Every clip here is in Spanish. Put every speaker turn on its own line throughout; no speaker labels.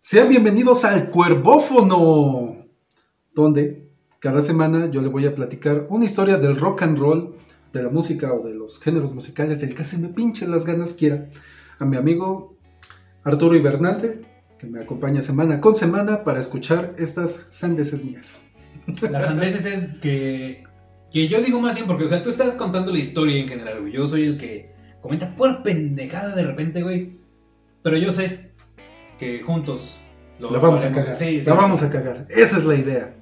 Sean bienvenidos al Cuervófono, donde cada semana yo le voy a platicar una historia del rock and roll, de la música o de los géneros musicales, del que se me pinche las ganas quiera, a mi amigo Arturo Ibernante, que me acompaña semana con semana para escuchar estas sandeces mías.
Las sandeces es que, que yo digo más bien porque, o sea, tú estás contando la historia en general, güey. Yo soy el que comenta pura pendejada de repente, güey. Pero yo sé que juntos lo
La vamos a
haremos.
cagar.
Sí, sí,
la
sí.
vamos a cagar. Esa es la idea.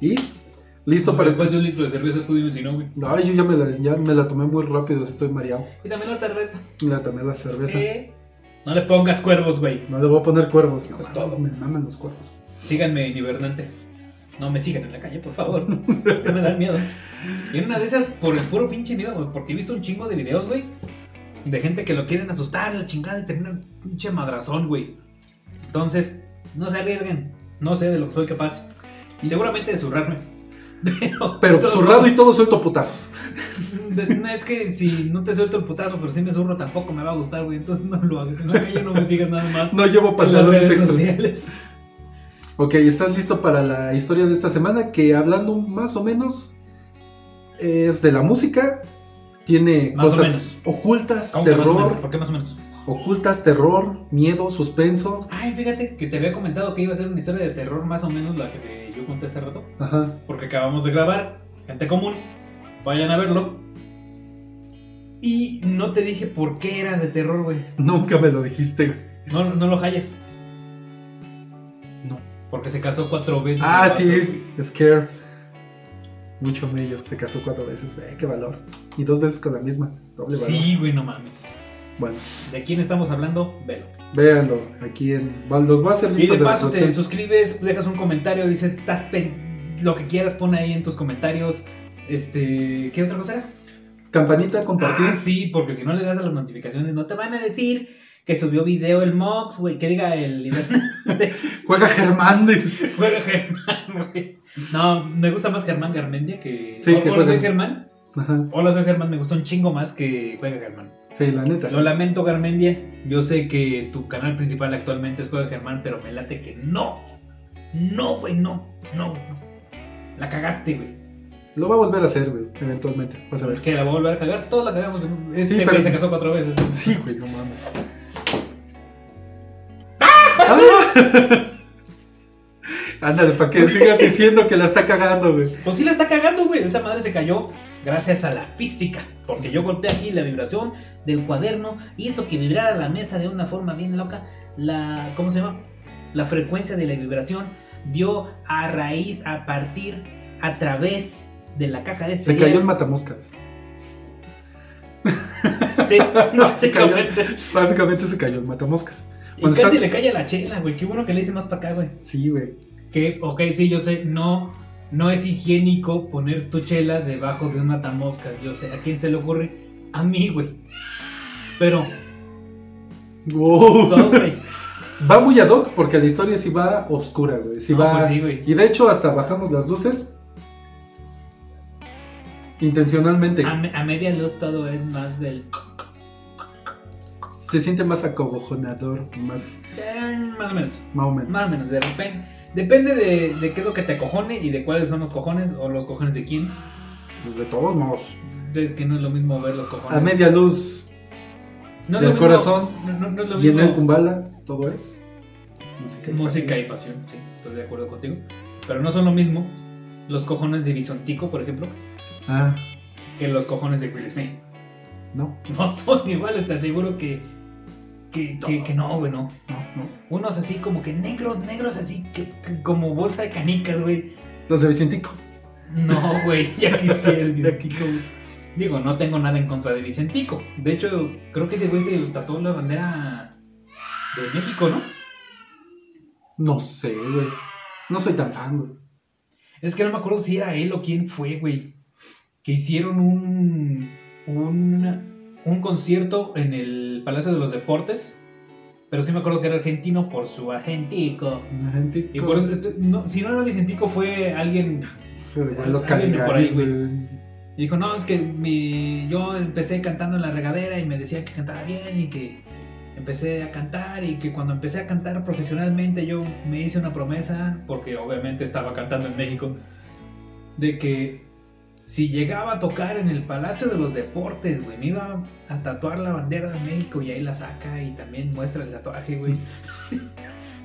Y listo
Pues
para
después de un litro de cerveza tú dime si no, güey.
No, yo ya me, la, ya me la tomé muy rápido, estoy mareado.
Y también la cerveza.
La tomé la cerveza.
Eh, No le pongas cuervos, güey.
No le voy a poner cuervos.
Eso
No,
es todo.
Me maman los cuervos.
Síganme en hibernante. No me sigan en la calle, por favor. Ya me dan miedo. Y en una de esas, por el puro pinche miedo, güey, porque he visto un chingo de videos, güey, de gente que lo quieren asustar, la chingada, y terminan pinche madrazón, güey. Entonces, no se arriesguen. No sé de lo que soy capaz. Y seguramente de zurrarme. Pero,
Pero
todo-
zurrado y todo suelto putazos.
De- No es que si no te suelto el putazo, pero si me zurro tampoco me va a gustar, güey. Entonces no lo hagas. En la calle no me sigas nada más.
No llevo
en las
pantalones
redes
extras.
sociales.
Ok, ¿estás listo para la historia de esta semana? Que hablando más o menos es de la música. Tiene
Más o
cosas
menos.
ocultas,
¿Cómo que más o menos?
terror,
¿Por qué más o menos?
ocultas, terror, miedo, suspenso.
Ay, fíjate que te había comentado que iba a ser una historia de terror más o menos la que te- yo conté hace rato.
Ajá.
Porque acabamos de grabar, gente común, vayan a verlo. Y no te dije por qué era de terror, güey.
Nunca me lo dijiste, güey.
No, no lo halles.
No.
Porque se casó cuatro veces.
Ah,
el vato,
sí,
güey.
Scare. Mucho mello. Se casó cuatro veces. Ve, qué valor. Y dos veces con la misma. Doble valor.
Sí, güey, no mames.
Bueno,
¿De quién estamos hablando? Velo.
véanlo. Aquí en. va- Los voy a hacer
Y
listas de
de paso te
reproducción.
suscribes, dejas un comentario, dices, estás pen- lo que quieras, pon ahí en tus comentarios. Este, ¿qué otra cosa era?
Campanita, compartir.
Ah, sí, porque si no le das a las notificaciones, no te van a decir que subió video el Mox, güey. Que diga el
Juega Germán. dice.
Juega Germán, güey. No, me gusta más Germán Garmendia que.
Sí,
O-
que
Hola, soy
juegan.
Germán.
Ajá.
Hola, soy Germán. Me gusta un chingo más que Juega Germán.
Sí, la neta. sí.
Lo lamento, Garmendia. Yo sé que tu canal principal actualmente es Juega Germán, pero me late que no. No, güey, no. No, güey, no. La cagaste, güey.
Lo va a volver a hacer, güey. Eventualmente. Vas a ver.
Que la va a volver a cagar. Todos la cagamos. Este
pero-
güey se casó cuatro veces.
Sí, güey, no mames. ¡Ah! Ándale, para que sigas diciendo que la está cagando, güey.
Pues sí la está cagando, güey. Esa madre se cayó gracias a la física. Porque yo golpeé aquí la vibración del cuaderno. Hizo que vibrara la mesa de una forma bien loca. La. ¿Cómo se llama? La frecuencia de la vibración dio a raíz, a partir, a través de la caja de
Se cayó el matamoscas.
Sí,
Se cayó.
básicamente.
Básicamente se cayó el matamoscas.
Y
Cuando
casi
estás-
le cae a la chela, güey. Qué bueno que le hice más para acá, güey.
Sí, güey.
Que, ok, sí, yo sé, no, no es higiénico poner tu chela debajo de un matamoscas. Yo sé, ¿a quién se le ocurre? A mí, güey. Pero,
Wow.
no, güey.
Va muy ad hoc porque la historia sí va obscura, güey. Sí
No,
va...
pues sí, güey.
Y de hecho hasta bajamos las luces. Intencionalmente.
A, me- a media luz todo es más del.
Se siente más acogojonador, más,
eh, más o menos.
más o menos.
Más o menos, de repente. Depende de, de qué es lo que te cojone y de cuáles son los cojones o los cojones de quién.
Pues de todos modos.
Es que no es lo mismo ver los cojones.
A media luz
no es
del
lo mismo-
corazón
No, no- no es lo
y en el
mismo.
Kumbala todo es música. y
Música y pasión, sí, estoy de acuerdo contigo. Pero no son lo mismo los cojones de Bisontico, por ejemplo,
pasión. Ah,
que los cojones de Will Smith.
no,
No son iguales, te aseguro que. que, que, que no, güey, no.
no, no.
Unos así como que negros, negros así, que, que como bolsa de canicas, güey.
Los de Vicentico.
No, güey, ya quisiera el Vicentico, güey. Digo, no tengo nada en contra de Vicentico. De hecho, creo que ese güey se tatuó la bandera de México, ¿no?
No sé, güey. No soy tan fan, güey.
Es que no me acuerdo si era él o quién fue, güey. Que hicieron un, un, un concierto en el Palacio de los Deportes. Pero sí me acuerdo que era argentino por su agentico.
La gente.
Y por eso, este, no, si no era Vicentico, fue alguien.
Güey, los
Alguien de por ahí,
Caligaris,
güey.
güey.
y Dijo, no, es que mi, yo empecé cantando en la regadera y me decía que cantaba bien y que empecé a cantar y que cuando empecé a cantar profesionalmente yo me hice una promesa, porque obviamente estaba cantando en México, de que si llegaba a tocar en el Palacio de los Deportes, güey, me iba a tatuar la bandera de México y ahí la saca y también muestra el tatuaje, güey.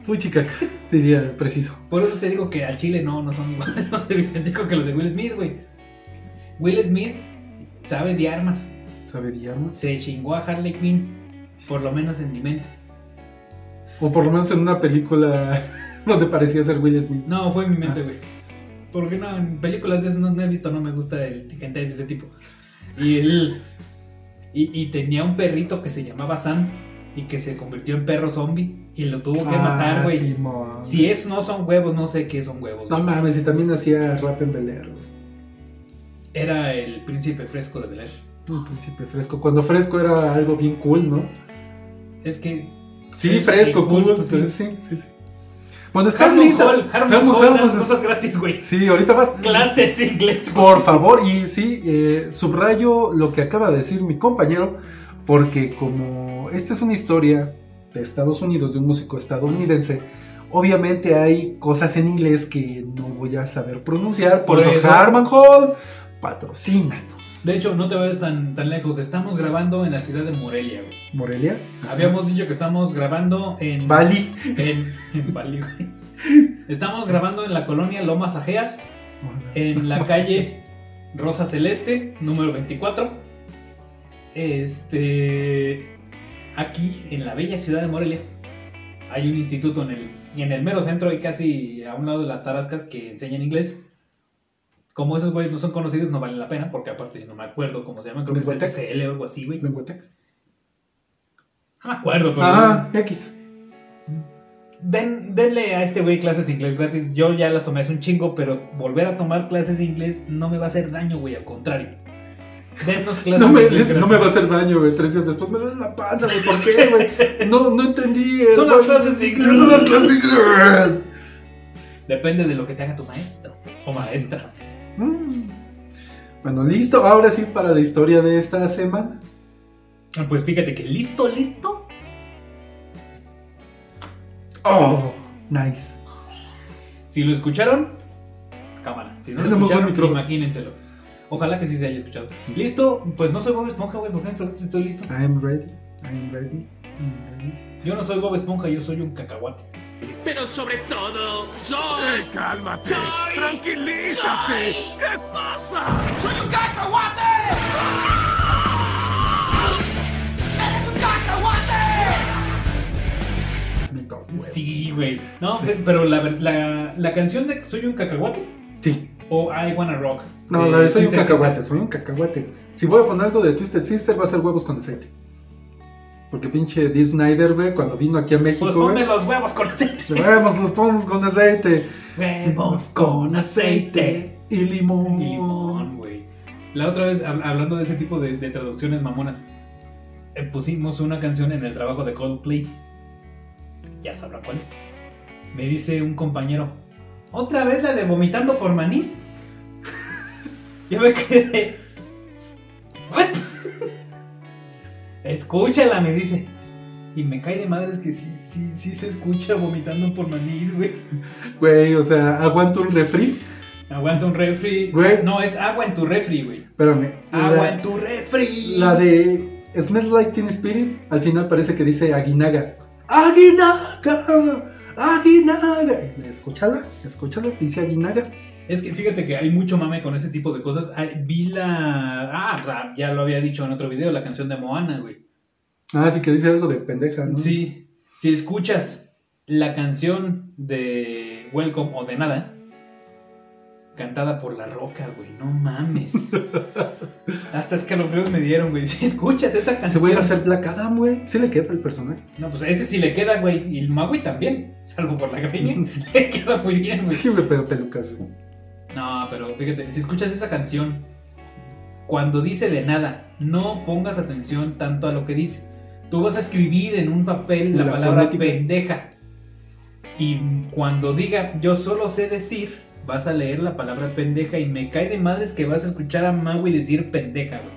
Fui chica, diría preciso.
Por eso te digo que al Chile no, no son iguales los de Vicentico que los de Will Smith, güey. Will Smith sabe de armas,
¿Sabería más?
se chingó a Harley Quinn, por lo menos en mi mente.
O por lo menos en una película donde parecía ser Will Smith.
No, fue en mi
Ah.
mente, güey. Porque no, en películas de esas no, no he visto, no me gusta el gente de ese tipo. Y él. Y, y tenía un perrito que se llamaba Sam y que se convirtió en perro zombie y lo tuvo
Ah,
que matar, güey.
Simón.
Si es, no son huevos, no sé qué son huevos.
No
güey.
mames, y también hacía rap en Bel Air, güey.
Era el príncipe fresco de Bel Air.
Un príncipe fresco. Cuando fresco era algo bien cool, ¿no?
Es que.
Sí,
Sí,
fresco,
sí,
cool.
cool,
pues,
sí.
sí, sí, sí. Bueno, estás
Harmon
lista.
Hall, Harmon
Harmon
Hall,
Hall,
dan
pues,
cosas gratis, güey.
Sí, ahorita vas.
Clases de inglés, güey.
Por favor, y sí, eh, subrayo lo que acaba de decir mi compañero, porque como esta es una historia de Estados Unidos, de un músico estadounidense, obviamente hay cosas en inglés que no voy a saber pronunciar, por,
Por
eso,
eso.
Harman Hall, patrocínanos.
De hecho, no te vayas tan, tan lejos. Estamos grabando en la ciudad de Morelia, güey.
Morelia,
Habíamos dicho que estamos grabando en.
Bali,
En, en Bali, güey. Estamos grabando en la colonia Lomas Ajeas, en la calle Rosa Celeste, número 24. Este. Aquí, en la bella ciudad de Morelia, hay un instituto en el, y en el mero centro, hay casi a un lado de las tarascas que enseñan inglés. Como esos güeyes no son conocidos, no vale la pena, porque aparte yo no me acuerdo cómo se llaman, creo que es el
Biblioteca.
CCL o algo así, güey. No
Lenguatec.
me acuerdo, pero.
Ah, X.
Den- denle a este güey clases de inglés gratis. Yo ya las tomé hace un chingo, pero volver a tomar clases de inglés no me va a hacer daño, güey. Al contrario. Dennos clases
No
de
me,
inglés gratis.
no me va a hacer daño, güey. Tres días después me duele la panza, güey. ¿Por qué, güey? No, no entendí. eh,
Son las
güey.
clases de inglés.
Son las clases de inglés.
Depende de lo que te haga tu maestro o maestra.
Mm. Bueno, listo. Ahora sí para la historia de esta semana.
Ah, Pues fíjate que listo, listo.
Oh, nice.
Si lo escucharon, cámara. Si no lo
Tenemos buen
escucharon,
micrófono.
imagínenselo. Ojalá que sí se haya escuchado. Listo, pues no soy Bob Esponja, güey. ¿Por qué me preguntas si estoy listo?
I'm ready. I'm ready. I'm ready.
Yo no soy Bob Esponja, yo soy un cacahuate.
pero sobre todo soy.
Eh, Cálmate.
Soy-
Tranquilízate.
soy-
¿Qué pasa?
¡Soy un cacahuate!
¡Ah!
¡Eres un cacahuate!
Me toca, güey.
Sí, güey. No,
Sí.
pues, pero la, ver- la, la canción de Soy un cacahuate
Sí.
o I Wanna Rock.
No,
de
la de soy un
Twisted
cacahuate.
Sister.
Soy un cacahuate. Si voy a poner algo de Twisted Sister, va a ser huevos con aceite. Porque pinche Dee Snyder, güey, cuando vino aquí a México,
Pues
güey.
ponme los huevos con aceite.
le damos los pomos con aceite.
Huevos con aceite.
Y
Y
limón.
limón, güey. La otra vez, hab- hablando de ese tipo de, de traducciones mamonas, eh, pusimos una canción en el trabajo de Coldplay. Ya sabrá cuál es. Me dice un compañero, ¿otra vez la de vomitando por manís? Yo me quedé. ¿What? Escúchala, me dice. Y me cae de madres que sí, sí, sí se escucha vomitando por manís, güey.
Güey, o sea, aguanto un refri.
Aguanta un refri.
Güey.
No, es agua en tu refri, güey.
Espérame.
Agua
La-
en tu refri.
La de Smells Like Teen Spirit, al final parece que dice Aguinaga. ¡Aguinaga! ¡Aguinaga! Escúchala, escúchala, dice Aguinaga.
Es que fíjate que hay mucho mame con ese tipo de cosas. Ay, vi la. Ah, ra- ya lo había dicho en otro video, la canción de Moana, güey.
Ah, sí que dice algo de pendeja, ¿no?
Sí. Si escuchas la canción de Welcome o de nada, cantada por La Roca, güey, no mames. Hasta escalofríos me dieron, güey. Si escuchas esa
Se
canción.
vuelve a hacer Black Adam, güey. Sí le queda el personaje.
No, pues ese sí le queda, güey. Y el Maui también, salvo por la greña, le queda muy bien, güey.
Sí, güey, pero pelucas, güey.
No, pero fíjate, si escuchas esa canción, cuando dice de nada, no pongas atención tanto a lo que dice. Tú vas a escribir en un papel la,
La
palabra
fonética.
pendeja. Y cuando diga yo solo sé decir, vas a leer la palabra pendeja. Y me cae de madres que vas a escuchar a Maui decir pendeja, güey.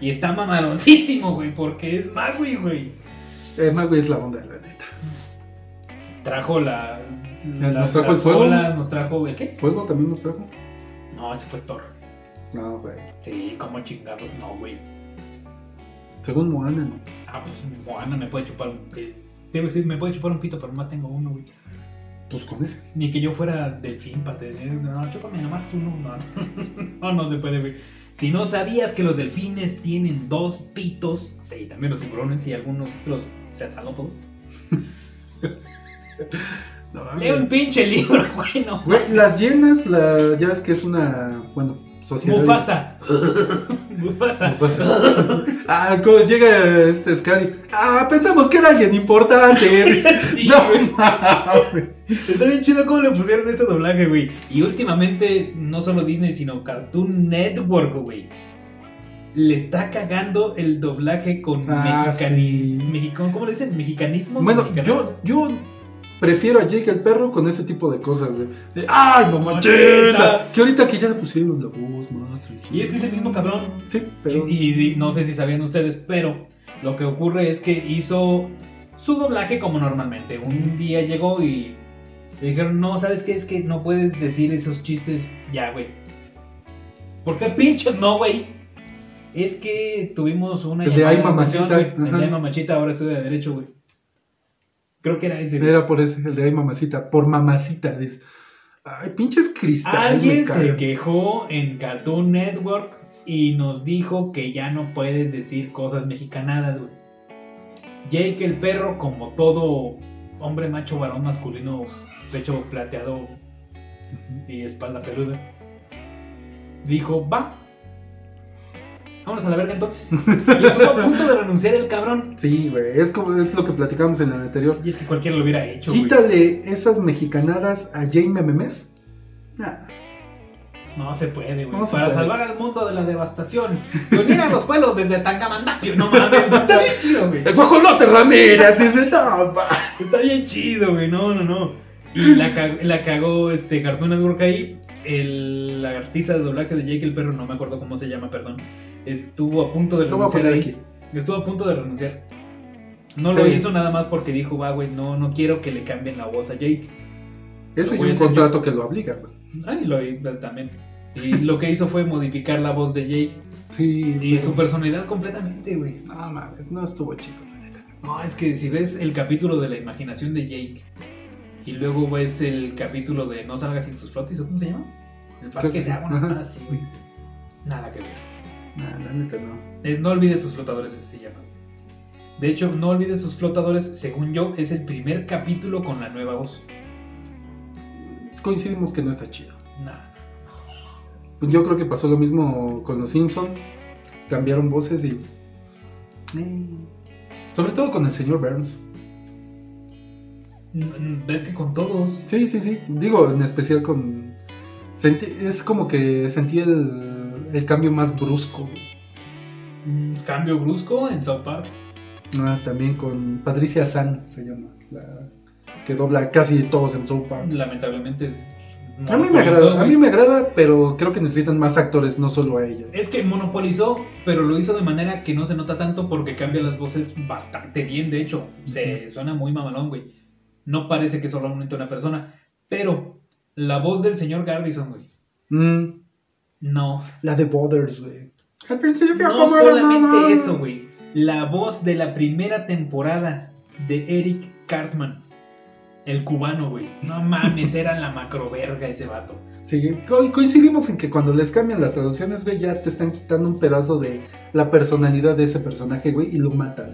Y está mamaroncísimo, güey, porque es Maui, güey.
El Eh, mago es la onda, la neta.
Trajo la.
Nos
las-
trajo
las
el fuego.
olas, nos trajo el qué?
¿Fuego también nos trajo?
No, ese fue Thor.
No, güey.
Sí, como chingados, no, güey.
Según Moana, no.
Ah, pues Moana me puede chupar un pito. Te iba a decir, me puede chupar un pito, pero nomás tengo uno, güey.
Pues con ese.
Ni que yo fuera delfín para tener. No, chúpame nomás uno. No, no, no se puede, güey. Si no sabías que los delfines tienen dos pitos, y también los tiburones y algunos otros cefalópodos.
No,
Lee un
güey.
pinche libro, güey, no.
Güey, las llenas, la... ya ves que es una, bueno, sociedad.
Mufasa. Mufasa.
Mufasa. ah, cuando llega este Scary. Ah, pensamos que era alguien importante.
Sí,
no,
güey.
mames.
Está bien chido cómo le pusieron ese doblaje, güey. Y últimamente, no solo Disney, sino Cartoon Network, güey. Le está cagando el doblaje con
Ah,
mexicani...
sí.
mexicón- ¿Cómo le dicen? ¿Mexicanismos?
Bueno,
¿Mexicanismos?
yo, yo prefiero a Jake el perro con ese tipo de cosas, güey. De, ¡Ay, mamachita!
Mamachita.
Que ahorita que ya le pusieron la voz, más
Y es que es el mismo cabrón.
Sí, pero.
Y, y- y no sé si sabían ustedes, pero lo que ocurre es que hizo su doblaje como normalmente. Un día llegó y le dijeron, no, ¿sabes qué? Es que no puedes decir esos chistes ya, güey. ¿Por qué pinches no, güey? Es que tuvimos una
El de ay,
llamada atención,
mamacita,
güey. El
ajá.
de ay, mamachita, ahora estudia Derecho, güey. Creo que era ese, güey.
Era por ese, el de ay, mamacita. Por mamacita, dice. Ay, pinches cristales. me
Alguien se
cagan.
quejó en Cartoon Network y nos dijo que ya no puedes decir cosas mexicanadas, güey. Jake el perro, como todo hombre macho, varón masculino, pecho plateado y espalda peluda, dijo, va. Vámonos a la verga entonces. Y estuvo a punto de renunciar el cabrón.
Sí, güey. Es como es lo que platicamos en el anterior.
Y es que cualquiera lo hubiera hecho, güey.
Quítale esas mexicanadas a Jaime Memes. Nah,
No se puede, güey.
No se
Para
puede.
salvar al mundo de la devastación. Y unir a los pueblos desde Tangamandapio. No mames, güey. Está bien chido, güey.
El guajolote Ramírez dice, no, va.
Está bien chido, güey. No, no, no. Y la, ca- la cagó este Cartoon Network ahí. El, la artista de doblaje de Jake el Perro, no me acuerdo cómo se llama, perdón. Estuvo a punto de
Lo voy a
renunciar
poner
ahí.
aquí.
Estuvo a punto de renunciar. No
Sí.
lo hizo nada más porque dijo, va, güey, no, no quiero que le cambien la voz a Jake.
Eso
Lo
y
voy a
un
hacer
contrato que lo obliga, güey.
Ay, lo también. Y lo que hizo fue modificar la voz de Jake
Sí.
y
pero-
su personalidad completamente, güey.
No mames, no estuvo chido, la neta.
No, es que si ves el capítulo de la imaginación de Jake y luego ves el capítulo de No salgas sin tus flotis, ¿o cómo se llama?
Creo
El
que
parque
sí.
de agua, una
Ajá.
mamada así, güey. Nada que ver.
Nah, la neta no.
Es No olvides sus flotadores, así se llama. De hecho, No olvides sus flotadores, según yo, es el primer capítulo con la nueva voz.
Coincidimos que no está chido.
Nada.
Yo creo que pasó lo mismo con los Simpson. Cambiaron voces y. Mm. Sobre todo con el señor Burns.
Es Mm, que con todos.
Sí, sí, sí. Digo, en especial con. sentí- es como que sentí el, el cambio más brusco.
Mm, Cambio brusco en South Park.
Ah, también con Patricia San se llama. la que dobla casi todos en South Park.
Lamentablemente es. Ah,
A mí, me agrada, a mí me agrada, pero creo que necesitan más actores, no solo a ella.
Es que monopolizó, pero lo hizo de manera que no se nota tanto porque cambia las voces bastante bien, de hecho. Se suena muy mamalón, güey. No parece que solamente una persona. Pero la voz del señor Garbison, güey.
Mm,
No.
la de Bothers, güey. Al principio,
No
como era mamá.
solamente eso, güey. La voz de la primera temporada de Eric Cartman. El cubano, güey. No mames, era la macroverga ese vato.
Sí, co- coincidimos en que cuando les cambian las traducciones, güey, ya te están quitando un pedazo de la personalidad de ese personaje, güey, y lo matan.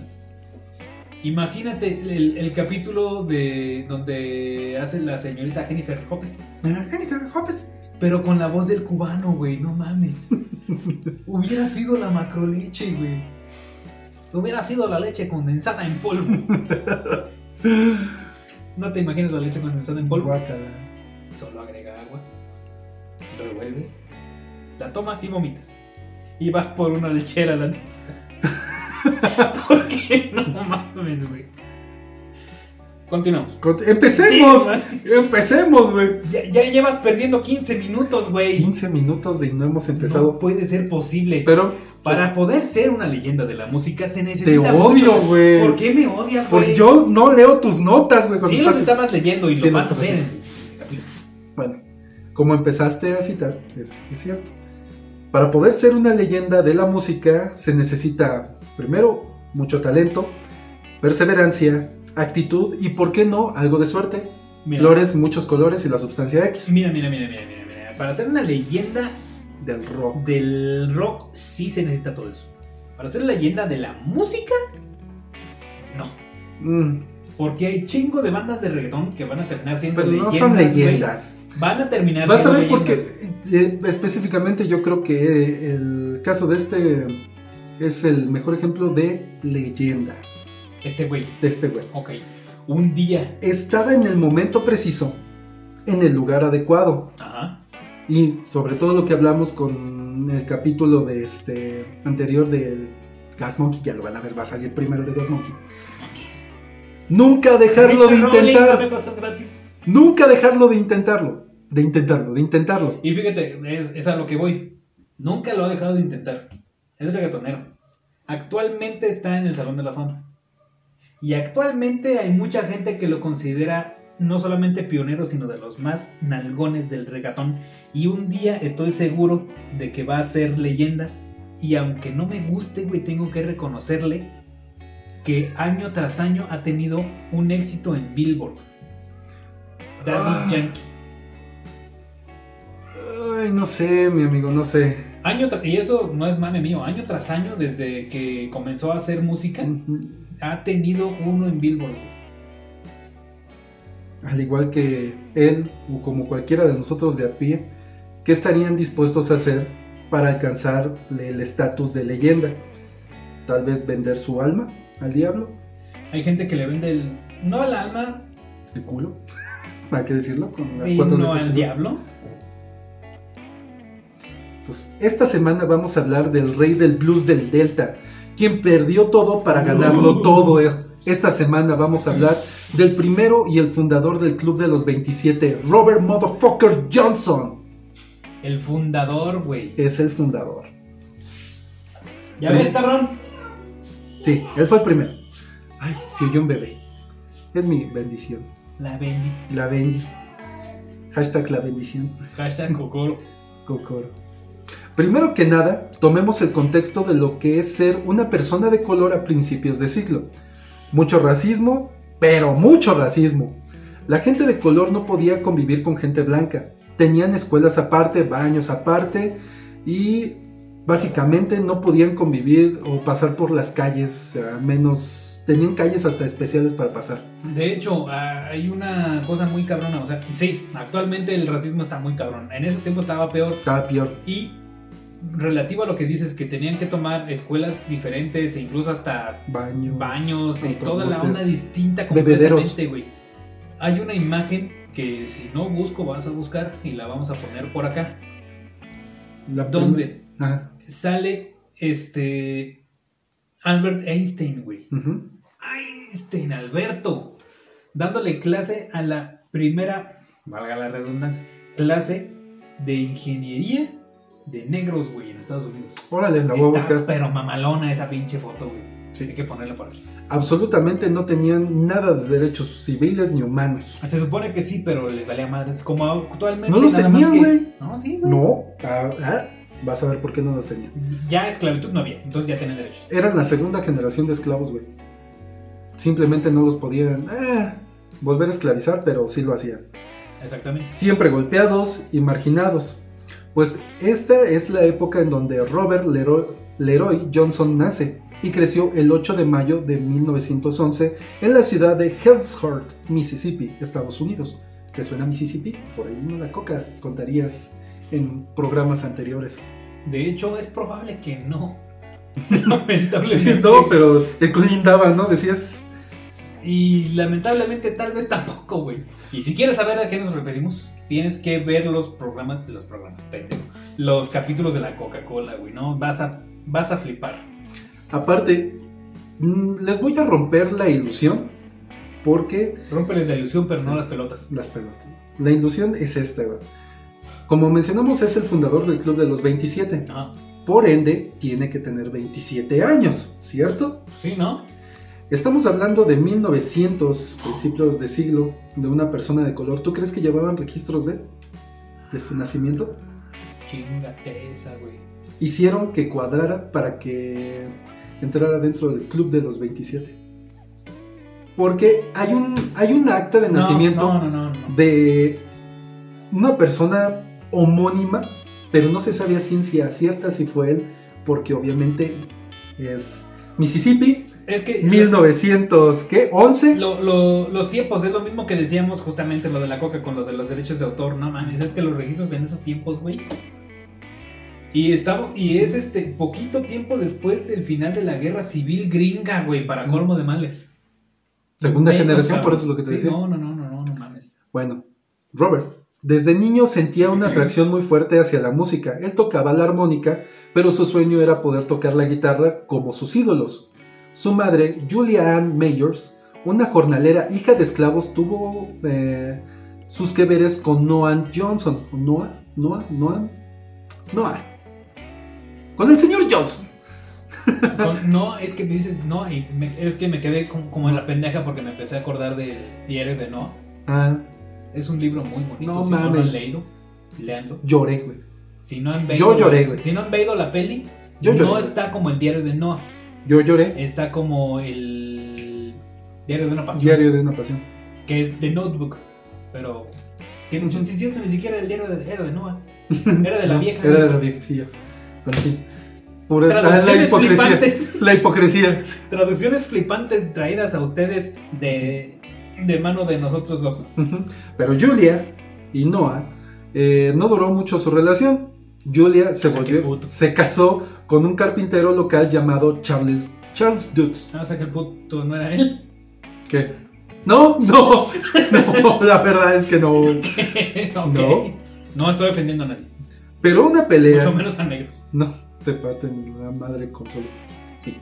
Imagínate el, el capítulo de donde hace la señorita Jennifer Lopez.
Ah, Jennifer Lopez.
Pero con la voz del cubano, güey, no mames. Hubiera sido la macroleche, güey. Hubiera sido la leche condensada en polvo. ¿No te imaginas la leche condensada en polvo?
Guácala.
Solo agrega agua. Revuelves. La tomas y vomitas. Y vas por una lechera. La... ¿Por qué no mames, güey? Continuamos.
Cont- Empecemos,
Sí,
empecemos, güey.
Ya, ya llevas perdiendo 15 minutos, güey.
15 minutos y no hemos
No
empezado.
puede ser posible.
Pero
Para poder ser una leyenda de la música
te
se necesita.
odio,
mucho.
güey.
¿Por qué me odias,
Porque
güey?
yo no leo tus notas, güey. cuando
Sí, los
estás-
estabas leyendo y
Sí,
lo
los
vas a
estaba
ver.
Bueno, como empezaste a citar, es, es cierto. Para poder ser una leyenda de la música se necesita, primero, mucho talento, perseverancia, actitud y, ¿por qué no?, algo de suerte.
Mira,
Flores, muchos colores y la sustancia X
mira, mira, mira, mira, mira, mira. Para ser una leyenda Mm.
del rock.
del rock sí se necesita todo eso. Para ser leyenda de la música, no.
Mm,
Porque hay chingo de bandas de reggaetón que van a terminar siendo
pero no
leyendas.
son
güey.
leyendas.
Van a terminar
Vas a
siendo
ver por
leyendas.
qué. eh, específicamente yo creo que el caso de este es el mejor ejemplo de leyenda
Este güey,
de este güey.
ok. Un día.
estaba en el momento preciso, en el lugar adecuado.
Ajá.
Y sobre todo lo que hablamos con el capítulo de este anterior del Gas Monkey, ya lo van a ver, va a salir primero de Gas Monkey. Nunca dejarlo de
Richard Rollins, dame
intentar,
cosas gratis.
nunca dejarlo de intentarlo, de intentarlo, de intentarlo.
Y fíjate, es, es a lo que voy. Nunca lo ha dejado de intentar. Es reggaetonero. Actualmente está en el Salón de la Fama. Y actualmente hay mucha gente que lo considera no solamente pionero, sino de los más nalgones del reggaetón. Y un día estoy seguro de que va a ser leyenda. Y aunque no me guste, güey, tengo que reconocerle que año tras año ha tenido un éxito en Billboard. Daddy
Ah.
Yankee.
Ay, no sé, mi amigo, no sé.
Año tra- y eso no es mame mío, año tras año, desde que comenzó a hacer música,
Mm. Ujú.
ha tenido uno en Billboard.
Al igual que él o como cualquiera de nosotros de a pie, ¿qué estarían dispuestos a hacer para alcanzar el estatus de leyenda? Tal vez vender su alma al diablo,
Hay gente que le vende el. No al alma,
el culo, hay que decirlo, con las
y
cuatro
no
letras.
al diablo.
Pues, esta semana vamos a hablar del rey del blues del Delta, quien perdió todo para ganarlo
Uh.
todo. Eh, Esta semana vamos a hablar del primero y el fundador del club de los 27, Robert Motherfucker Johnson.
El fundador, güey.
Es el fundador.
¿Ya ves, cabrón?
Sí, él fue el primero. Ay, se oyó un bebé. Es mi bendición.
La vendí.
La bendi. Hashtag la bendición.
Hashtag Kokoro.
Cocoro. Primero que nada, tomemos el contexto de lo que es ser una persona de color a principios de siglo. Mucho racismo, pero mucho racismo. La gente de color no podía convivir con gente blanca. Tenían escuelas aparte, baños aparte y básicamente no podían convivir o pasar por las calles, eh, a menos tenían calles hasta especiales para pasar.
De hecho, ah, hay una cosa muy cabrona. O sea, sí, actualmente el racismo está muy cabrón. En esos tiempos estaba peor.
Estaba peor.
Y relativo a lo que dices, que tenían que tomar escuelas diferentes e incluso hasta
Baños.
baños y toda la
autobuses,
onda distinta
bebederos.
completamente, güey. Hay una imagen que si no busco vas a buscar y la vamos a poner por acá,
la prim-
donde
Ajá.
sale este Albert Einstein, güey.
ujú.
Einstein Alberto dándole clase a la primera, valga la redundancia, clase de ingeniería de negros, güey, en Estados Unidos.
Órale, la voy a
Está
buscar.
pero mamalona esa pinche foto, güey.
Sí.
Hay que ponerla por aquí.
absolutamente no tenían nada de derechos civiles ni humanos.
Se supone que sí, pero les valía madres. Como actualmente.
No los
nada más
tenían,
que-
güey.
No, sí, güey.
No, ah, ah, vas a ver por qué no los tenían.
Ya esclavitud no había, entonces ya tienen derechos.
Eran la segunda generación de esclavos, güey. Simplemente no los podían ah, volver a esclavizar, pero sí lo hacían.
Exactamente.
Siempre golpeados y marginados. Pues esta es la época en donde Robert Leroy, Leroy Johnson nace y creció el 8 de mayo de 1911 en la ciudad de Hillshurst, Mississippi, Estados Unidos. ¿Te suena Mississippi? Por ahí no la coca, contarías en programas anteriores.
De hecho, es probable que no. lamentablemente.
No, pero te colindaba, ¿no? Decías,
Y lamentablemente, tal vez tampoco, güey. Y si quieres saber a qué nos referimos, tienes que ver los programas. Los programas, pendejo. Los capítulos de la Coca-Cola, güey, ¿no? Vas a, vas a flipar.
Aparte, mm, les voy a romper la ilusión Porque
Rómpeles la ilusión, pero no
Sí.
las pelotas.
las pelotas. La ilusión es esta, güey. Como mencionamos, es el fundador del Club de los 27.
Ah,
Por ende, tiene que tener 27 años, ¿cierto?
sí, ¿no?
Estamos hablando de 1900, principios de siglo, de una persona de color. ¿Tú crees que llevaban registros de, de su nacimiento?
Chingate esa, güey.
Hicieron que cuadrara para que entrara dentro del Club de los 27. Porque hay un, hay un acta de
No,
nacimiento
No, no, no, no.
de una persona homónima, pero no se sabía ciencia cierta si fue él, porque obviamente es Mississippi,
Es que
1900, ¿qué? 11.
lo- lo- los tiempos, es lo mismo que decíamos justamente lo de la coca con lo de los derechos de autor. No mames, es que los registros en esos tiempos, güey. Y estamos, y es este poquito tiempo después del final de la guerra civil gringa, güey, para colmo de males.
Segunda
Menos,
generación, por
cabrón.
eso es lo que te
Sí,
decía.
No, no, no, no, no, no mames.
Bueno, Robert. Desde niño sentía una atracción muy fuerte hacia la música. Él tocaba la armónica, pero su sueño era poder tocar la guitarra como sus ídolos. Su madre, Julia Ann Mayors, una jornalera hija de esclavos, tuvo eh, sus que veres con Noah Johnson. ¿Noah? ¿Noah? ¿Noah? ¿Noah? Con el señor Johnson.
Con- no, es que me dices no, y me- es que me quedé como, como en la pendeja porque me empecé a acordar del diario de No.
Ah,
Es un libro muy bonito.
No
si no lo
mames.
han leído, leanlo.
lloré, güey.
Si no han veído,
Yo lloré, güey.
Si no han veído la peli,
Yo
no
lloré.
está como el diario de Noah.
Yo lloré.
Está como el diario de una pasión.
Diario de una pasión.
Que es The Notebook. Pero. Que de hecho, sí, es cierto, ni siquiera era el diario de, era de Noah. Era de la vieja.
Era de la viejecilla. Pero en fin. Por la, la
Traducciones
hipocresía.
flipantes.
La hipocresía.
Traducciones flipantes traídas a ustedes de, de mano de nosotros dos.
Ujú. Pero Julia y Noah eh, no duró mucho su relación. Julia se
Ah, qué
volvió,
puto.
se casó con un carpintero local llamado Charles Charles Dutz.
No, Ah, o sea que el puto no era él.
¿Qué? No, no, no, la verdad es que no.
Ok.
No.
No estoy defendiendo a nadie.
Pero una pelea.
Mucho menos a negros.
No, te parten la madre con solo. Y-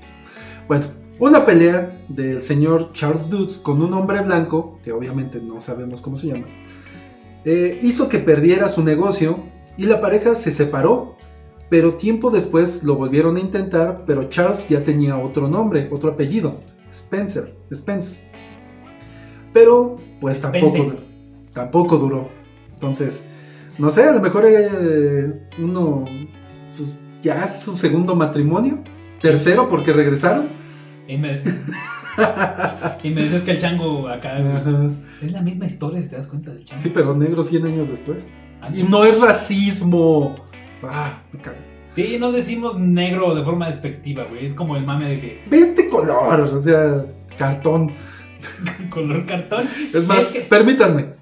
Bueno, una pelea del señor Charles Dutz con un hombre blanco, que obviamente no sabemos cómo se llama, eh, hizo que perdiera su negocio y la pareja se separó. Pero tiempo después lo volvieron a intentar, pero Charles ya tenía otro nombre, otro apellido, Spencer, Spence. Pero pues tampoco,
Spencer.
tampoco duró. Entonces, no sé, a lo mejor eh, uno, pues ya es su segundo matrimonio, tercero porque regresaron.
Y me, y me dices que el chango acá. güey.
Ajá.
Es la misma historia si te das cuenta del chango.
Sí, pero negros 100 años después. Y
Antes-
no es racismo. Ah, me cago.
Sí, no decimos negro de forma despectiva, güey. Es como el mame de que
Ve este color, o sea, cartón.
color cartón.
Es más,
Es que-
permítanme.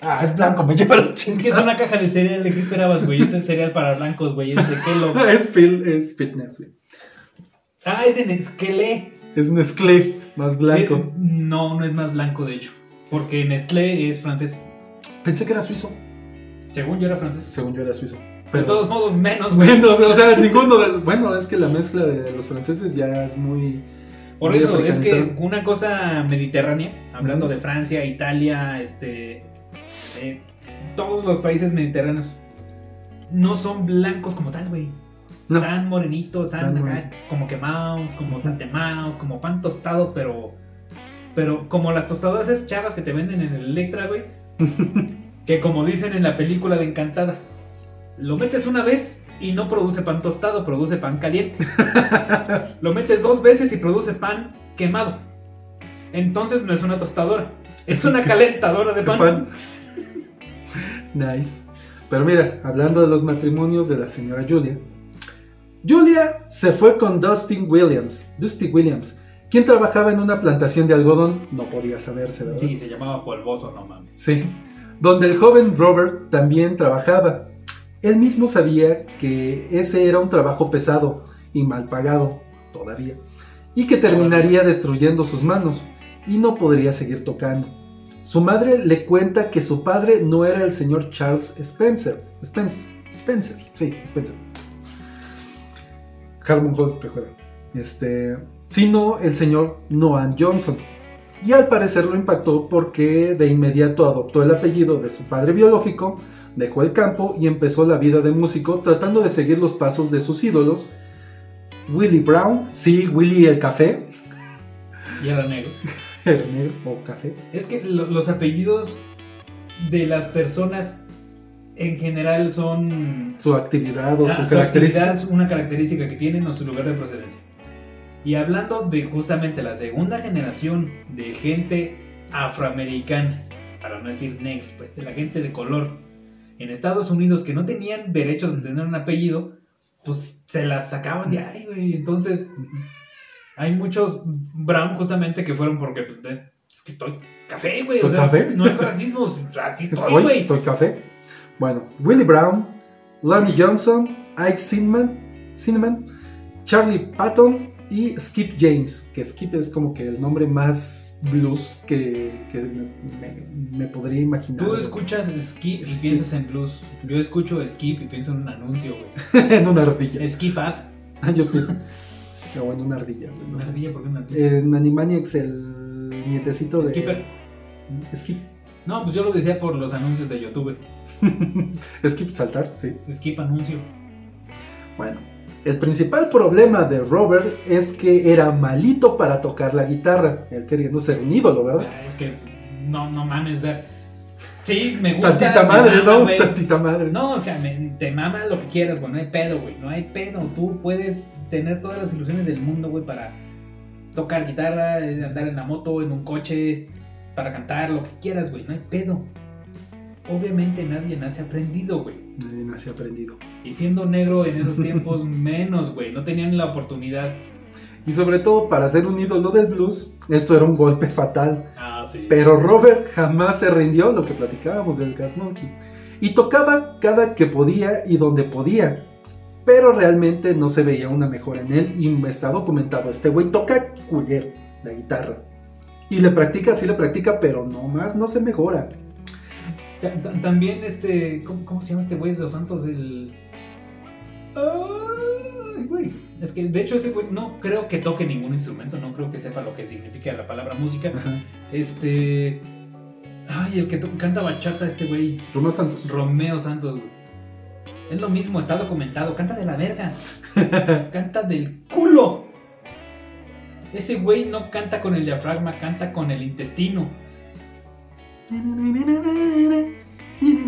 Ah, es blanco, me lleva la
Es que es
chingada.
una caja de cereal. ¿De qué esperabas, güey? Ese es cereal para blancos, güey. Es de Kellogg.
Ah, Es, fil- es fitness, güey.
Ah, es en Nestlé.
Es Nestlé, más blanco.
Eh, no, no es más blanco, de hecho. Porque Nestlé es francés.
eh, Pensé que era suizo.
Según yo era francés.
Según yo era suizo.
De todos modos, menos, güey.
Bueno, o sea, ninguno de- Bueno, es que la mezcla de los franceses ya es muy...
Por
muy
eso es que
africanizada.
una cosa mediterránea, hablando
Ujú.
de Francia, Italia, este, eh, todos los países mediterráneos no son blancos como tal, güey.
No.
Tan morenitos, tan,
Tan
acá,
moreno.
como quemados, como
Ujú.
tatemados, como pan tostado, pero pero como las tostadoras esas chavas que te venden en el Electra, güey, que como dicen en la película de Encantada, lo metes una vez y no produce pan tostado, produce pan caliente. Lo metes dos veces y produce pan quemado. Entonces no es una tostadora, es una calentadora de pan.
pan. Nice. Pero mira, hablando de los matrimonios de la señora Julia. Julia se fue con Dustin Williams. Dusty Williams. Quien trabajaba en una plantación de algodón, no podía saberse, ¿verdad?
Sí, se llamaba polvoso, no mames.
Sí. Donde el joven Robert también trabajaba. Él mismo sabía que ese era un trabajo pesado y mal pagado, todavía, y que terminaría destruyendo sus manos y no podría seguir tocando. Su madre le cuenta que su padre no era el señor Charles Spencer. Spence, Spencer, sí, Spencer. Harmon Hall, recuerda. Este, sino el señor Noah Johnson, y al parecer lo impactó porque de inmediato adoptó el apellido de su padre biológico, dejó el campo y empezó la vida de músico tratando de seguir los pasos de sus ídolos. Willie Brown, sí, Willie el café,
Y era negro.
el negro o café.
Es que lo- los apellidos de las personas en general son
Su actividad o
Ah,
su,
su
característica.
actividad es una característica que tienen o su lugar de procedencia. Y hablando de justamente la segunda generación de gente afroamericana, para no decir negros, pues, de la gente de color, en Estados Unidos que no tenían derecho de tener un apellido, pues se las sacaban de ahí, güey. Entonces, hay muchos Brown justamente que fueron porque pues, es, es que estoy café, güey. O
¿Estoy
sea,
café?
no es racismo, es racista,
Estoy,
güey.
estoy café. Bueno, Willie Brown, Lonnie Johnson, Ike Cinnamon, Cinnamon, Charlie Patton y Skip James. Que Skip es como que el nombre más blues que, que me, me- me podría imaginar.
Tú escuchas skip y
Skip.
piensas en blues. Yo escucho skip y pienso en un anuncio, güey.
en una ardilla.
Skip up.
Ah, yo te- O en una ardilla, güey, no
Una
sé.
ardilla, ¿por qué una ardilla?
En Animaniacs, el nietecito de.
Skipper.
Skip.
No, pues yo lo decía por los anuncios de YouTube.
Skip saltar, sí.
Skip anuncio.
Bueno, el principal problema de Robert es que era malito para tocar la guitarra, él queriendo ser un ídolo, ¿verdad?
Ah, Es que no, no mames. o sea, sí, me gusta.
Tantita
me
madre,
mama,
¿no?
güey.
Tantita madre.
No, o sea, me- te mama lo que quieras, güey. No hay pedo, güey. No hay pedo. Tú puedes tener todas las ilusiones del mundo, güey, para tocar guitarra, eh, andar en la moto, en un coche, para cantar, lo que quieras, güey. No hay pedo. Obviamente nadie nace aprendido, güey.
Nadie nace aprendido.
Y siendo negro en esos tiempos, menos, güey. No tenían la oportunidad.
Y sobre todo, para ser un ídolo del blues, esto era un golpe fatal.
Ah, sí.
Pero Robert jamás se rindió, lo que platicábamos del Gas Monkey. Y tocaba cada que podía y donde podía. Pero realmente no se veía una mejora en él y me está documentado. Este güey toca culler la guitarra. Y le practica, sí le practica, pero no más, no se mejora.
Ta- ta- También este. ¿cómo, cómo se llama este güey de los Santos? El. Ay, güey. Es que de hecho ese güey no creo que toque ningún instrumento, no creo que sepa lo que significa la palabra música. Este. Ay, el que to- canta bachata, este güey.
Román Santos.
Romeo Santos, güey. Es lo mismo, está documentado. Canta de la verga. canta del culo. Ese güey no canta con el diafragma, canta con el intestino.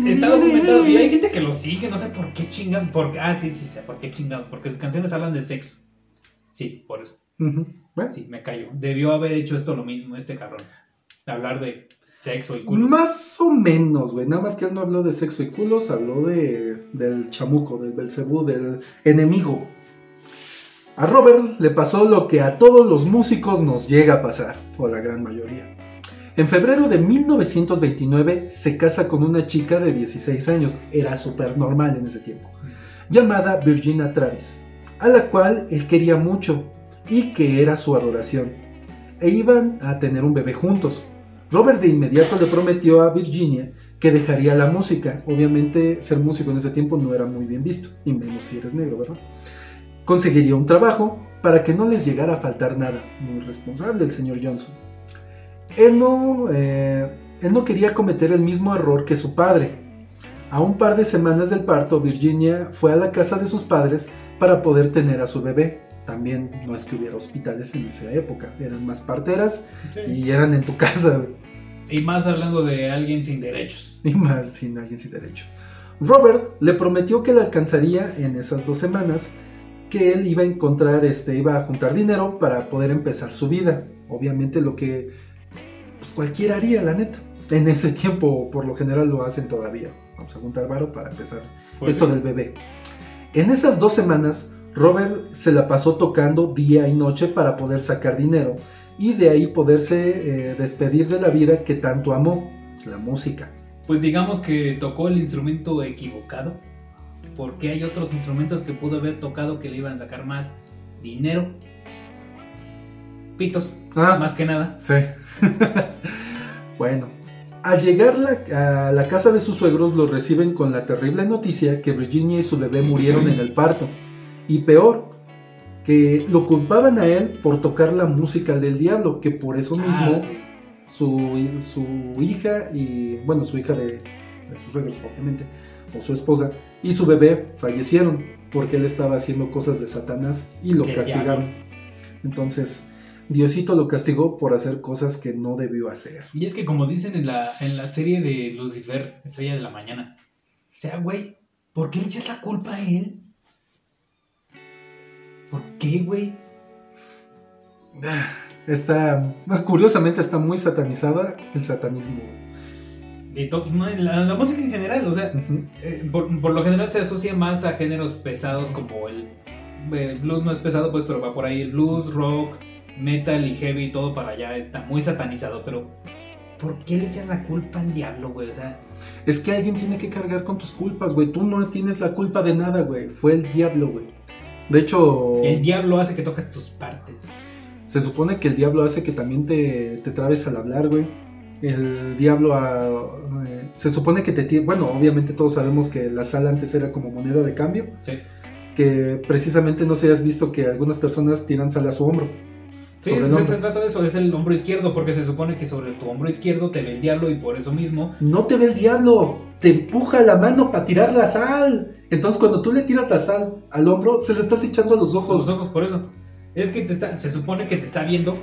Está documentado y hay gente que lo sigue, no sé por qué chingan, por ah sí, sí, sé por qué chingados, porque sus canciones hablan de sexo. Sí, por eso.
Ujú. Bueno,
Sí, me callo. Debió haber hecho esto lo mismo este cabrón. Hablar de sexo y culos.
Más o menos, güey. Nada más que él no habló de sexo y culos, habló de, del chamuco, del Belcebú, del enemigo. A Robert le pasó lo que a todos los músicos nos llega a pasar, o la gran mayoría. En febrero de 1929 se casa con una chica de 16 años, era súper normal en ese tiempo, llamada Virginia Travis, a la cual él quería mucho y que era su adoración. E iban a tener un bebé juntos, Robert de inmediato le prometió a Virginia que dejaría la música. Obviamente ser músico en ese tiempo no era muy bien visto, y menos si eres negro, ¿verdad? Conseguiría un trabajo para que no les llegara a faltar nada. Muy responsable el señor Johnson. Él no, eh, él no quería cometer el mismo error que su padre. A un par de semanas del parto, Virginia fue a la casa de sus padres para poder tener a su bebé. También no es que hubiera hospitales en esa época, eran más parteras
Sí.
y eran en tu casa. güey.
Y más hablando de alguien sin derechos.
Ni mal sin alguien sin derecho. Robert le prometió que le alcanzaría en esas dos semanas, que él iba a encontrar, este, iba a juntar dinero para poder empezar su vida. Obviamente lo que pues, cualquiera haría, la neta. En ese tiempo, por lo general, lo hacen todavía. Vamos a juntar varo para empezar
Pues
esto
sí.
del bebé. En esas dos semanas, Robert se la pasó tocando día y noche para poder sacar dinero y de ahí poderse eh, despedir de la vida que tanto amó, la música.
Pues digamos que tocó el instrumento equivocado, porque hay otros instrumentos que pudo haber tocado que le iban a sacar más dinero. Pitos,
Ah,
más que nada.
sí. bueno, al llegar la- a la casa de sus suegros lo reciben con la terrible noticia que Virginia y su bebé murieron en el parto. Y peor, que lo culpaban a él por tocar la música del diablo, que por eso mismo
Ah, sí.
su, su hija y, bueno, su hija de, de sus suegros, obviamente, o su esposa, y su bebé fallecieron porque él estaba haciendo cosas de Satanás y lo
Del
castigaron. Entonces, Diosito lo castigó por hacer cosas que no debió hacer.
Y es que como dicen en la, en la serie de Lucifer, Estrella de la Mañana, o sea, güey, ¿por qué le echas la culpa a él? ¿Por qué, güey?
Está, curiosamente, está muy satanizada el satanismo.
De to- no, la, la música en general, o sea,
Ujú.
eh, por, por lo general se asocia más a géneros pesados como el, el blues no es pesado, pues, pero va por ahí el blues, rock, metal y heavy, todo para allá, está muy satanizado, pero ¿por qué le echas la culpa al diablo, güey? O sea,
Es que alguien tiene que cargar con tus culpas, güey. Tú no tienes la culpa de nada, güey. Fue el diablo, güey. De hecho,
el diablo hace que tocas tus partes.
se supone que el diablo hace que también te, te trabes al hablar, güey. El diablo ah, eh, se supone que te tiene... Bueno, obviamente todos sabemos que la sal antes era como moneda de cambio.
Sí.
Que precisamente no sé, has visto que algunas personas tiran sal a su hombro.
Sí,
sobre el
se,
hombro.
se trata de eso, es el hombro izquierdo, porque se supone que sobre tu hombro izquierdo te ve el diablo y por eso mismo.
No te ve el diablo, te empuja la mano para tirar la sal. Entonces cuando tú le tiras la sal al hombro, se le estás echando a los ojos.
Los ojos, por eso. Es que te está, se supone que te está viendo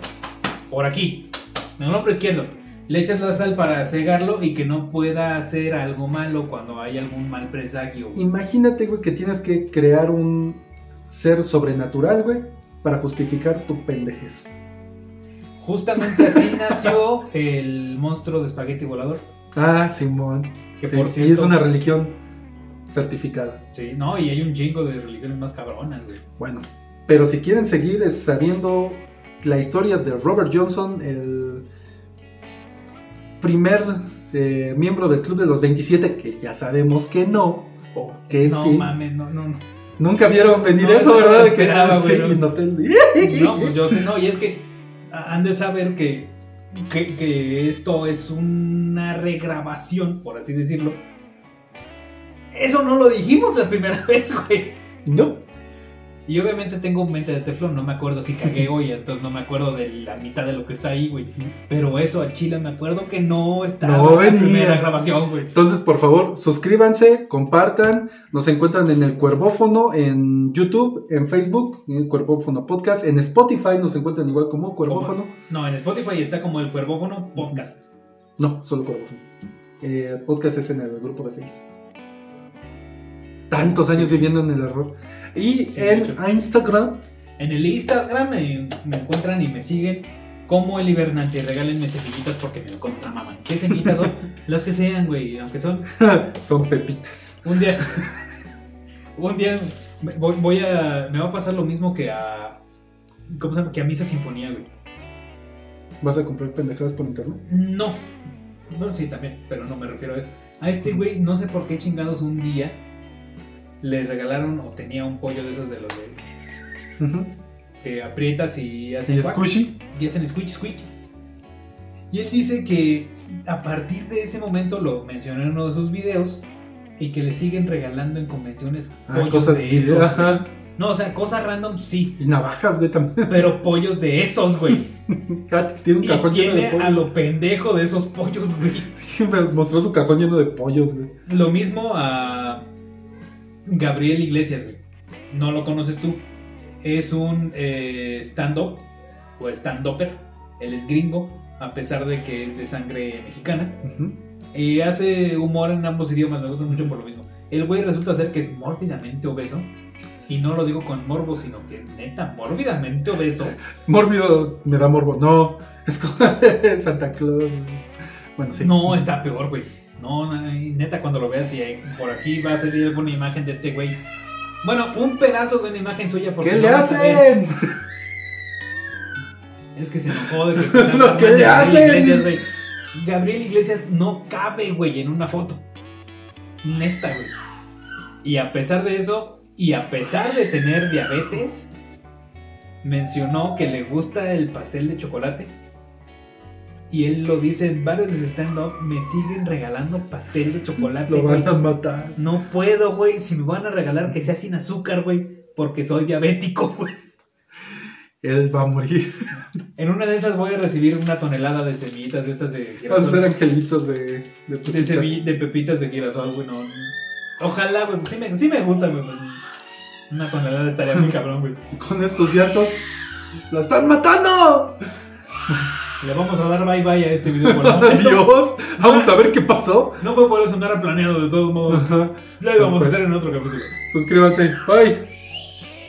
por aquí, en el hombro izquierdo. Le echas la sal para cegarlo y que no pueda hacer algo malo cuando hay algún mal presagio.
Imagínate, güey, que tienes que crear un ser sobrenatural, güey, para justificar tu pendejez.
Justamente así nació el monstruo de espagueti volador.
Ah, Simón.
Que
Sí,
por
Y
cierto.
es una religión certificada.
Sí, no, y hay un chingo de religiones más cabronas, güey.
Bueno, pero si quieren seguir es sabiendo la historia de Robert Johnson, el primer eh, miembro del Club de los 27, que ya sabemos que no, o que
no
sí.
mames, no, no, no.
Nunca vieron venir
No,
eso,
eso no
¿verdad?
lo
De que
esperaba,
sí,
güey, no.
no te-
No, pues yo sé, no, y es que han de saber que, que, que esto es una regrabación, por así decirlo. Eso no lo dijimos la primera vez, güey.
No.
Y obviamente tengo mente de teflón, no me acuerdo si cagué hoy, entonces no me acuerdo de la mitad de lo que está ahí, güey. Pero eso al chile me acuerdo que no estaba
No
en
venía.
la primera grabación, güey.
Entonces, por favor, suscríbanse, compartan. Nos encuentran en el Cuervófono, en YouTube, en Facebook, en el Cuervófono Podcast, en Spotify nos encuentran igual como Cuervófono.
No, en Spotify está como el Cuervófono Podcast.
No, solo Cuervófono. Eh, el podcast es en el grupo de Face. Tantos años viviendo en el error. Y
Sí, de
en
hecho.
Instagram,
En el Instagram me, me encuentran y me siguen como el hibernante. Regálenme semillitas porque me encuentran mamá. ¿Qué semillitas son? Las que sean, güey. Aunque son
son pepitas.
un día. un día me- voy, voy a. Me va a pasar lo mismo que a. ¿Cómo se llama? Que a Misa Sinfonía, güey.
¿Vas a comprar pendejadas por internet?
No. Bueno, sí, también, pero no me refiero a eso. A este güey, no sé por qué chingados un día le regalaron o tenía un pollo de esos de los de,
Ujú.
que aprietas y hacen.
Y
cuac.
Squishy.
y hacen squeak squeak. Y él dice que a partir de ese momento lo mencionó en uno de sus videos y que le siguen regalando en convenciones
Ah,
pollos
cosas
de esos. güey.
Ajá.
No, o sea, cosas random sí,
Y navajas, güey, también.
pero pollos de esos, güey.
Tiene un
Y
cajón lleno de
tiene
pollos.
a lo pendejo de esos pollos, güey.
Sí, me mostró su cajón lleno de pollos, güey.
Lo mismo a Gabriel Iglesias, güey. No lo conoces tú. Es un eh, stand-up o stand-upper. Él es gringo, a pesar de que es de sangre mexicana.
Ujú.
Y hace humor en ambos idiomas, me gusta mucho por lo mismo. El güey resulta ser que es mórbidamente obeso. Y no lo digo con morbo, sino que es neta, mórbidamente obeso.
Mórbido me da morbo. No, es como Santa Claus. Bueno, sí.
No, está peor, güey. No, na- y neta, cuando lo veas, y ahí- por aquí va a salir alguna imagen de este güey. Bueno, un pedazo de una imagen suya. Porque
¿Qué
no
le
va a salir.
hacen?
Es que se enojó de que. pusieran
No,
la
¿qué le hacen?
imagen de Gabriel Iglesias, güey. Gabriel Iglesias no cabe, güey, en una foto. Neta, güey. Y a pesar de eso, y a pesar de tener diabetes, mencionó que le gusta el pastel de chocolate. Y él lo dice en varios de sus stand-up, me siguen regalando pastel de chocolate,
Lo
güey.
van a matar.
No puedo, güey, si me van a regalar que sea sin azúcar, güey, porque soy diabético, güey.
Él va a morir.
En una de esas voy a recibir una tonelada de semillitas de estas de
Vas a ser
girasol.
angelitos de, de
De,
putitas.
semi- de pepitas de girasol, güey. No. Ojalá, güey. Sí me, sí me gusta, güey. pero Una tonelada estaría muy cabrón, güey.
Con estos llantos. ¡La están matando!
Le vamos a dar bye bye a este video por el momento.
¡Adiós! Vamos a ver qué pasó.
No fue por eso, no era planeado de todos modos.
Ajá.
Ya lo vamos
Pues-
a hacer en otro capítulo.
Suscríbanse. Bye.